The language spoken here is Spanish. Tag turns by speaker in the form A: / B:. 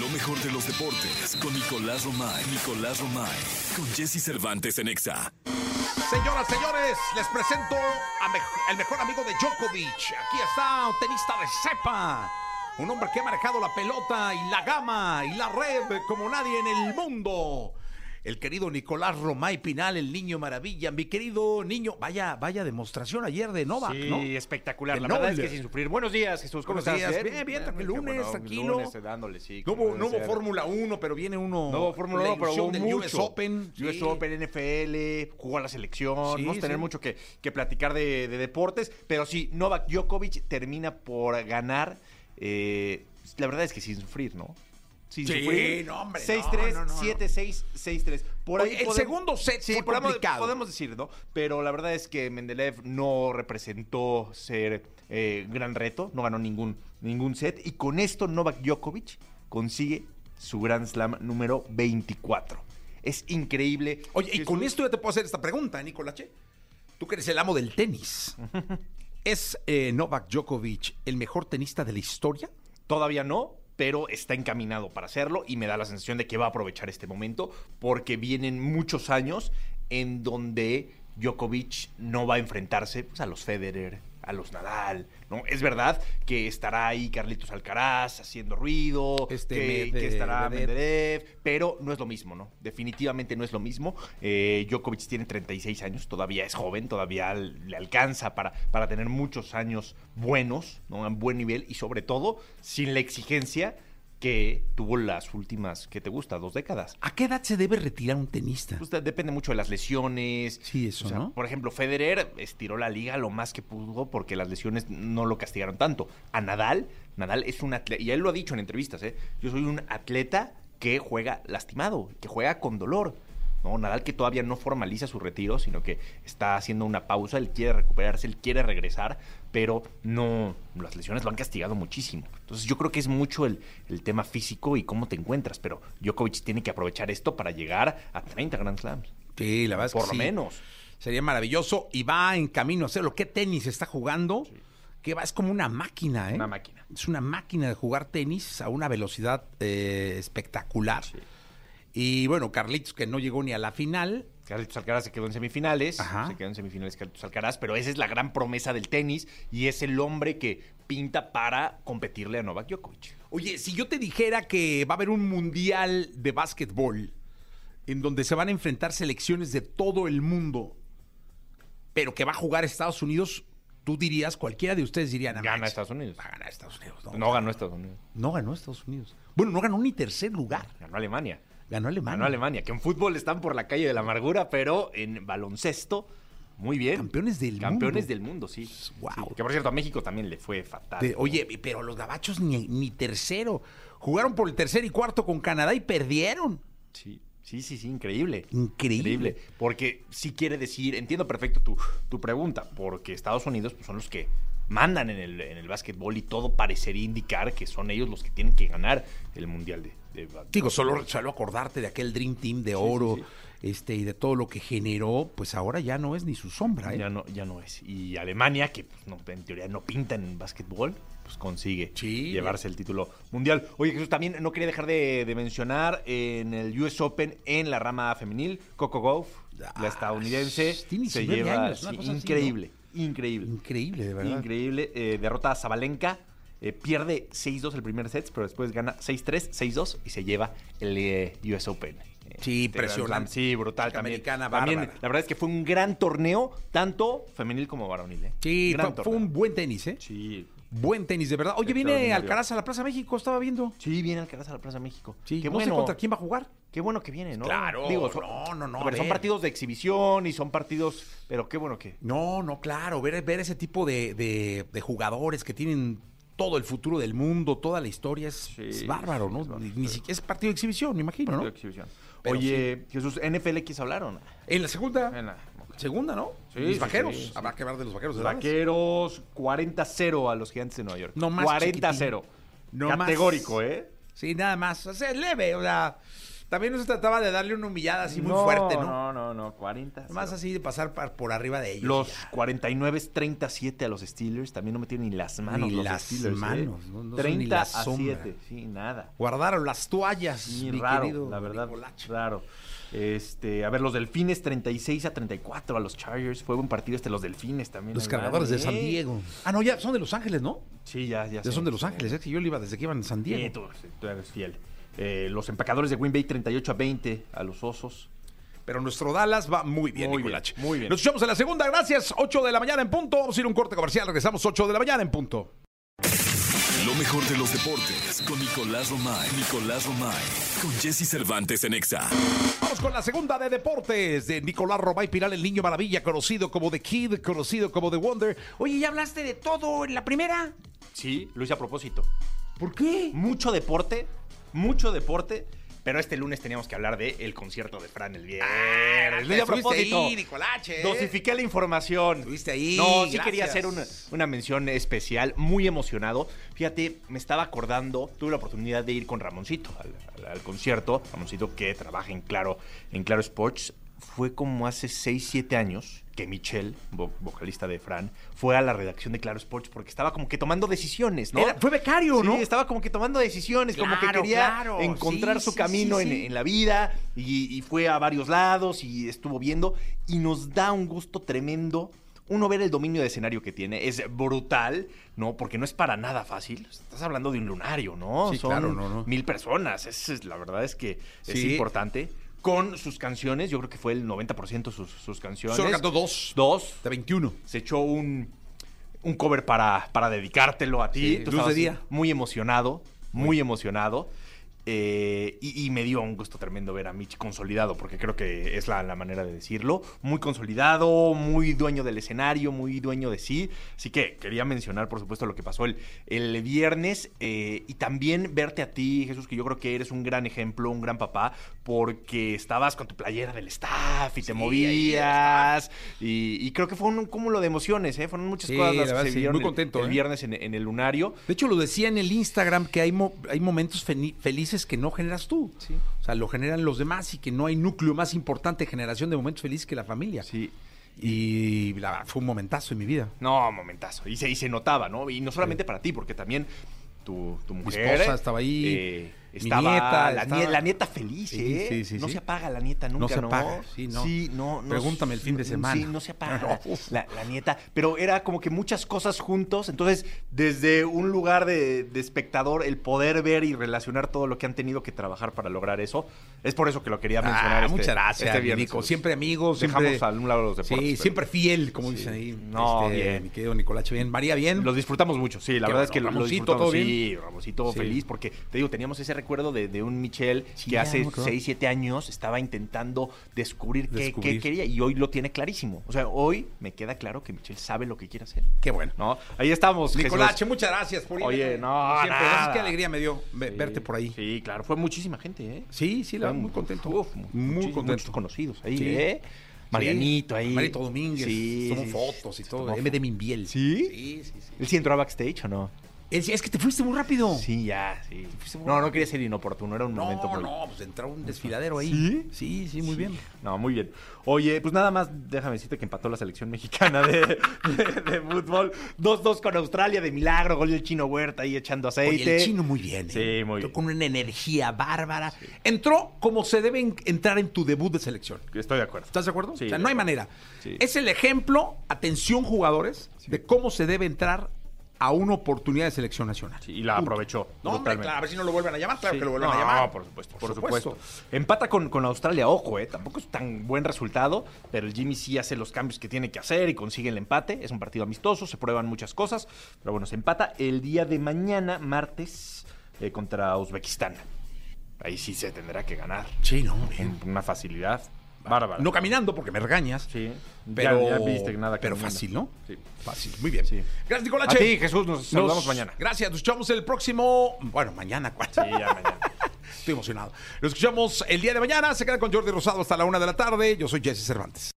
A: Lo mejor de los deportes con Nicolás Romay. Nicolás Romay. Con Jesse Cervantes en Exa.
B: Señoras, señores, les presento al mejor amigo de Djokovic. Aquí está, un tenista de cepa. Un hombre que ha manejado la pelota y la gama y la red como nadie en el mundo. El querido Nicolás Romay Pinal, el niño maravilla. Mi querido niño, vaya, vaya demostración ayer de Novak,
C: sí,
B: ¿no?
C: espectacular.
B: El
C: la verdad es
B: noble.
C: que sin sufrir. Buenos días, Jesús. ¿Cómo
B: Buenos días.
C: estás?
B: Bien, bien, tranquilo.
C: qué
B: Lunes, tranquilo.
C: Lunes, dándole, sí.
B: No
C: como
B: hubo,
C: debe
B: no hubo
C: ser.
B: Fórmula 1, pero viene uno.
C: No hubo Fórmula
B: la
C: 1, pero
B: edición
C: hubo
B: del
C: mucho.
B: US Open.
C: US
B: Sí.
C: Open, NFL, jugó a la selección.
B: Sí,
C: Vamos a tener
B: sí.
C: mucho que, que platicar de, de deportes. Pero sí, Novak Djokovic termina por ganar. eh, la verdad es que sin sufrir, ¿no? Sin
B: Sí,
C: sufrir.
B: no, hombre, no,
C: 6-3,
B: no, no, no.
C: 7-6, 6-3. Por
B: Oye, el segundo set fue
C: podemos-
B: complicado.
C: podemos podemos decir, ¿no? Pero la verdad es que Mendeleev no representó ser eh, gran reto, no ganó ningún, ningún set. Y con esto Novak Djokovic consigue su Grand Slam número 24. Es increíble.
B: Oye, y
C: Es
B: con
C: un-
B: esto yo te puedo hacer esta pregunta, Nicolache. Tú que eres el amo del tenis. ¿Es eh, Novak Djokovic el mejor tenista de la historia?
C: Todavía no, pero está encaminado para hacerlo y me da la sensación de que va a aprovechar este momento porque vienen muchos años en donde Djokovic no va a enfrentarse pues, a los Federer, a los Nadal, ¿no? Es verdad que estará ahí Carlitos Alcaraz haciendo ruido,
B: Este,
C: que, que
B: Medvedev.
C: estará Medvedev, pero no es lo mismo, ¿no? Definitivamente no es lo mismo. Eh, Djokovic tiene 36 años, todavía es joven, todavía le alcanza para, para tener muchos años buenos, ¿no? En buen nivel y sobre todo sin la exigencia que tuvo las últimas, que te gusta? Dos décadas.
B: ¿A qué edad se debe retirar un tenista?
C: Pues, de- depende mucho de las lesiones.
B: Sí, eso,
C: O sea,
B: ¿no?
C: Por ejemplo, Federer estiró la liga lo más que pudo porque las lesiones no lo castigaron tanto. A Nadal, Nadal es un atleta, y él lo ha dicho en entrevistas, ¿eh? Yo soy un atleta que juega lastimado, que juega con dolor. No, Nadal que todavía no formaliza su retiro, sino que está haciendo una pausa, él quiere recuperarse, él quiere regresar, pero no, las lesiones lo han castigado muchísimo. Entonces yo creo que es mucho el, el tema físico y cómo te encuentras, pero Djokovic tiene que aprovechar esto para llegar a 30 Grand Slams.
B: Sí, la verdad es que
C: Por lo
B: sí.
C: menos.
B: Sería maravilloso y va en camino a hacerlo. ¿Qué tenis está jugando? Que va, es como una máquina, ¿eh?
C: Una máquina.
B: Es una máquina de jugar tenis a una velocidad eh, espectacular. Y bueno, Carlitos que no llegó ni a la final,
C: Carlitos Alcaraz se quedó en semifinales,
B: Ajá.
C: se quedó en semifinales Carlitos Alcaraz, pero esa es la gran promesa del tenis y es el hombre que pinta para competirle a Novak Djokovic.
B: Oye, si yo te dijera que va a haber un mundial de básquetbol en donde se van a enfrentar selecciones de todo el mundo, pero que va a jugar Estados Unidos, tú dirías, cualquiera de ustedes diría, "No
C: Gana
B: manches,
C: Estados Unidos.
B: Va a ganar Estados Unidos. No,
C: No ganó Estados Unidos,
B: No ganó Estados Unidos. Bueno, no ganó ni tercer lugar.
C: ganó Alemania.
B: Ganó Alemania.
C: Ganó Alemania, que en fútbol están por la calle de la amargura, pero en baloncesto, muy bien.
B: Campeones del mundo. Pues,
C: Campeones del mundo, sí.
B: Guau.
C: Sí, Que por cierto, a México también le fue fatal.
B: De- oye, pero los gabachos ni, ni tercero. Jugaron por el tercer y cuarto con Canadá y perdieron.
C: Sí, sí, sí, sí, increíble.
B: Increíble.
C: Porque sí quiere decir, entiendo perfecto tu, tu pregunta, porque Estados Unidos pues, son los que mandan en el, en el básquetbol y todo parecería indicar que son ellos los que tienen que ganar el Mundial de, de ba-
B: Digo, solo, solo acordarte de aquel Dream Team de oro
C: sí,
B: este y de todo lo que generó, pues ahora ya no es ni su sombra. ¿eh?
C: Ya no, ya no es. Y Alemania, que pues, no, en teoría no pintan en básquetbol, pues consigue
B: Sí.
C: llevarse el título mundial. Oye, Jesús, también no quería dejar de, de mencionar en el US Open, en la rama femenil, Coco Gauff,
B: Ah,
C: la estadounidense,
B: tiene
C: se
B: 19
C: lleva
B: años, una
C: sí,
B: cosa así,
C: increíble, increíble.
B: Increíble, de verdad.
C: Increíble. eh, derrota a Zabalenka. eh, pierde 6-2 el primer set, pero después gana 6-3, 6-2 y se lleva el eh, US Open. Eh,
B: Sí,
C: este Grand
B: impresionante.
C: Slam. Sí, brutal
B: Chica
C: también.
B: americana,
C: También,
B: bárbara.
C: La verdad es que fue un gran torneo, tanto femenil como varonil. ¿eh?
B: Sí,
C: Gran
B: fue, fue
C: torneo.
B: un buen tenis, ¿eh?
C: Sí.
B: Buen tenis, de verdad. Oye, viene
C: Extraordinario.
B: Alcaraz a la Plaza México, estaba viendo.
C: Sí, viene Alcaraz a la Plaza México.
B: Sí,
C: Qué
B: no sé
C: bueno.
B: contra quién va a jugar.
C: Qué bueno que viene, ¿no?
B: Claro,
C: Digo, son-
B: no, no, no,
C: a
B: a
C: ver, son
B: ver.
C: partidos de exhibición y son partidos. Pero qué bueno que.
B: No, no, claro, ver, ver ese tipo de, de- de jugadores que tienen todo el futuro del mundo, toda la historia, es,
C: Sí,
B: es bárbaro,
C: sí,
B: ¿no?
C: es bárbaro.
B: Ni- ni siquiera es partido de exhibición, me imagino, ¿no?
C: de exhibición.
B: Pero
C: Oye, Jesús, NFL X hablaron.
B: En la segunda,
C: En la-
B: segunda, ¿no?
C: Sí,
B: Mis
C: sí,
B: vaqueros,
C: sí, sí.
B: habrá que hablar de los vaqueros. de Dallas.
C: Pues Vaqueros 40-0 a los gigantes de Nueva York.
B: No más,
C: 40-0.
B: chiquitín. No más.
C: Categórico, ¿eh?
B: Sí, nada más. O sea, es leve, o sea, También no se trataba de darle una humillada así muy
C: No,
B: fuerte, ¿no?
C: No, no, no, 40.
B: Más
C: cero.
B: así de pasar par- por arriba de ellos.
C: Los
B: y ya.
C: 49 es 37 a los Steelers. También no metieron ni las manos.
B: Ni
C: los
B: las
C: Steelers, ¿eh?
B: manos, no- no son
C: 30
B: ni la
C: a
B: sombra.
C: 7. Sí, nada.
B: Guardaron las toallas,
C: Sí,
B: mi
C: raro,
B: querido
C: la verdad,
B: Nicolache.
C: raro. Este, a ver, los Delfines 36 a 34 a los Chargers. Fue buen partido este, los Delfines también.
B: Los
C: ahí
B: cargadores
C: van,
B: de San
C: ¿eh?
B: Diego. Ah, no, ya son de Los Ángeles, ¿no?
C: Sí, ya, ya.
B: Ya
C: sé,
B: son de Los
C: sí.
B: Ángeles, es que yo le iba desde que iban a San
C: Sí,
B: Diego.
C: tú, tú eres fiel. Eh, los empacadores de Green Bay 38 a 20 a los Osos.
B: Pero nuestro Dallas va muy bien,
C: Muy
B: Nicolache.
C: bien, muy bien.
B: Nos escuchamos en la segunda, gracias. 8 de la mañana en punto. Vamos a ir a un corte comercial, regresamos 8 de la mañana en punto.
A: Lo mejor de los deportes con Nicolás Romay. Nicolás Romay. Con Jesse Cervantes en Exa.
B: Vamos con la segunda de deportes de Nicolás Robay Piral, el niño maravilla, conocido como The Kid, conocido como The Wonder. Oye, ¿ya hablaste de todo en la primera?
C: Sí, lo hice a propósito.
B: ¿Por qué?
C: Mucho deporte, mucho deporte. Pero este lunes teníamos que hablar de el concierto de Fran el viernes. Lo hice Ah, a propósito.
B: Nicolache. ¿eh?
C: Dosifiqué la información.
B: Estuviste ahí,
C: No, sí
B: gracias.
C: quería hacer una, una mención especial, muy emocionado. Fíjate, me estaba acordando, tuve la oportunidad de ir con Ramoncito al, al- al concierto. Ramoncito que trabaja en Claro, en Claro Sports. Fue como hace 6, 7 años que Michelle, vo- vocalista de Fran, fue a la redacción de Claro Sports porque estaba como que tomando decisiones, ¿no?
B: Era- fue becario,
C: Sí,
B: ¿no?
C: estaba como que tomando decisiones, como que
B: Claro,
C: quería
B: claro,
C: encontrar
B: sí,
C: su
B: sí,
C: camino
B: sí,
C: en-
B: sí.
C: en la vida y, y fue a varios lados y estuvo viendo y nos da un gusto tremendo. Uno ver el dominio de escenario que tiene es brutal, ¿no? Porque no es para nada fácil. Estás hablando de un lunario, ¿no?
B: Sí,
C: Son
B: claro, no, no.
C: mil personas. Es, es- la verdad es que es
B: Sí.
C: importante. Con sus canciones, yo creo que fue el 90% sus, sus canciones.
B: Solo cantó dos.
C: Dos.
B: De 21.
C: Se echó un, un cover para, para dedicártelo a ti.
B: Sí, Luz
C: Tú
B: de
C: estabas
B: Día.
C: Muy emocionado, muy emocionado. Eh, y, y me dio un gusto tremendo ver a Mitch consolidado, porque creo que es la, la manera de decirlo. Muy consolidado, muy dueño del escenario, muy dueño de sí. Así que quería mencionar, por supuesto, lo que pasó el, el viernes eh, y también verte a ti, Jesús, que yo creo que eres un gran ejemplo, un gran papá, porque estabas con tu playera del staff y te movías. Y, y creo que fue un cúmulo de emociones, ¿eh? Fueron muchas
B: Sí,
C: cosas
B: la
C: las que
B: verdad,
C: se
B: sí.
C: vivieron
B: Muy
C: el-
B: contento,
C: el
B: ¿eh?
C: viernes en, en el lunario.
B: De hecho, lo decía en el Instagram que hay, mo- hay momentos feni- felices que no generas tú. O sea, lo generan los demás y que no hay núcleo más importante de generación de momentos felices que la familia.
C: Sí.
B: Y la, verdad, fue un momentazo en mi vida.
C: No, momentazo. Y se, y se notaba, ¿no? Y no solamente para ti, porque también tu, tu mujer.
B: esposa estaba ahí,
C: eh,
B: mi
C: estaba
B: nieta,
C: la,
B: estaba-
C: nie- la nieta feliz,
B: Sí,
C: ¿eh?
B: sí, sí,
C: no
B: sí.
C: se apaga la nieta nunca, ¿no?
B: No se apaga, sí, no.
C: no, no
B: Pregúntame el fin de
C: sí,
B: semana.
C: no se apaga la, la nieta. Pero era como que muchas cosas juntos. Entonces, desde un lugar de, de espectador, el poder ver y relacionar todo lo que han tenido que trabajar para lograr eso. Es por eso que lo quería mencionar.
B: Ah,
C: este-
B: muchas gracias,
C: este
B: mi
C: viernes.
B: Nico. Siempre amigos.
C: Dejamos
B: siempre-
C: a un lado los deportes.
B: Sí,
C: pero-
B: siempre fiel, como dicen ahí.
C: No, bien.
B: Mi querido Nicolache, bien. María, bien.
C: Los disfrutamos mucho, sí, la
B: Qué
C: verdad es que
B: bueno,
C: lo- lo
B: Ramoncito,
C: disfrutamos.
B: ¿todo bien?
C: Sí, Ramosito
B: Sí.
C: feliz, porque te digo, teníamos ese recuerdo de, de un Michel
B: Sí,
C: que
B: ya,
C: hace
B: me acuerdo.
C: 6, 7 años estaba intentando descubrir, qué- Qué,
B: Descubrir.
C: quería y hoy lo tiene clarísimo. O sea, hoy me queda claro que Michel sabe lo que quiere hacer.
B: Qué bueno.
C: ¿No? Ahí estamos. Jesús.
B: Nicolache, muchas gracias por ir.
C: Oye, no,
B: Como Siempre.
C: nada.
B: Gracias, qué alegría me dio ve-
C: Sí,
B: verte por ahí.
C: Sí, claro, fue muchísima gente, ¿eh?
B: Sí, sí, la
C: Fue
B: verdad, muy
C: mu-
B: contento.
C: uf,
B: muy
C: muchos-
B: contento.
C: Muchos conocidos ahí,
B: Sí.
C: ¿eh? Marianito ahí.
B: Marito Domínguez.
C: Sí.
B: tomó
C: sí,
B: fotos y
C: sí,
B: todo.
C: tomó
B: MD Minbiel.
C: ¿Sí?
B: Sí, sí, sí.
C: ¿Él sí entró a backstage o no?
B: Él decía, es que te fuiste muy rápido.
C: Sí, ya, sí.
B: fuiste muy
C: No, no
B: rápido.
C: quería ser inoportuno, era un
B: No,
C: momento. muy-
B: no, pues entró un desfiladero ahí.
C: ¿Sí?
B: Sí, sí, muy bien.
C: No, muy bien. Oye, pues nada más, déjame decirte que empató la selección mexicana de, de- de fútbol. 2-2 con Australia, de milagro, gol del chino Huerta ahí echando aceite.
B: Oye, el chino muy bien. ¿eh?
C: Sí,
B: Entró
C: muy bien.
B: Con una energía bárbara. Entró como se debe en- entrar en tu debut de selección.
C: Estoy de acuerdo.
B: ¿Estás de acuerdo?
C: Sí,
B: o sea,
C: de
B: no hay
C: acuerdo.
B: manera.
C: Sí.
B: Es el ejemplo, atención jugadores, de cómo se debe entrar a una oportunidad de selección nacional.
C: Sí, y la aprovechó
B: No, hombre,
C: brutalmente.
B: claro, a ver si no lo vuelven a llamar, claro
C: Sí.
B: que lo vuelven a
C: No,
B: llamar.
C: por supuesto,
B: Por
C: por supuesto.
B: supuesto.
C: Empata con, con Australia, ojo, eh, tampoco es tan buen resultado, pero el Jimmy sí hace los cambios que tiene que hacer y consigue el empate. Es un partido amistoso, se prueban muchas cosas, pero bueno, se empata el día de mañana, martes, eh, contra Uzbekistán. Ahí sí se tendrá que ganar.
B: Sí, no, bien.
C: Con Una facilidad bárbara.
B: No caminando porque me regañas.
C: Sí, ya-
B: Pero,
C: ya viste que nada
B: pero
C: caminando.
B: fácil, ¿no?
C: Sí.
B: Fácil, muy bien.
C: Sí.
B: Gracias,
C: A
B: Nicolache.
C: ti, Jesús, nos
B: Nos-
C: saludamos mañana.
B: Gracias, nos escuchamos el próximo. Bueno, mañana, ¿cuál?
C: Sí, ya mañana.
B: Estoy emocionado. Nos escuchamos el día de mañana. Se queda con Jordi Rosado hasta la una de la tarde. Yo soy Jesse Cervantes.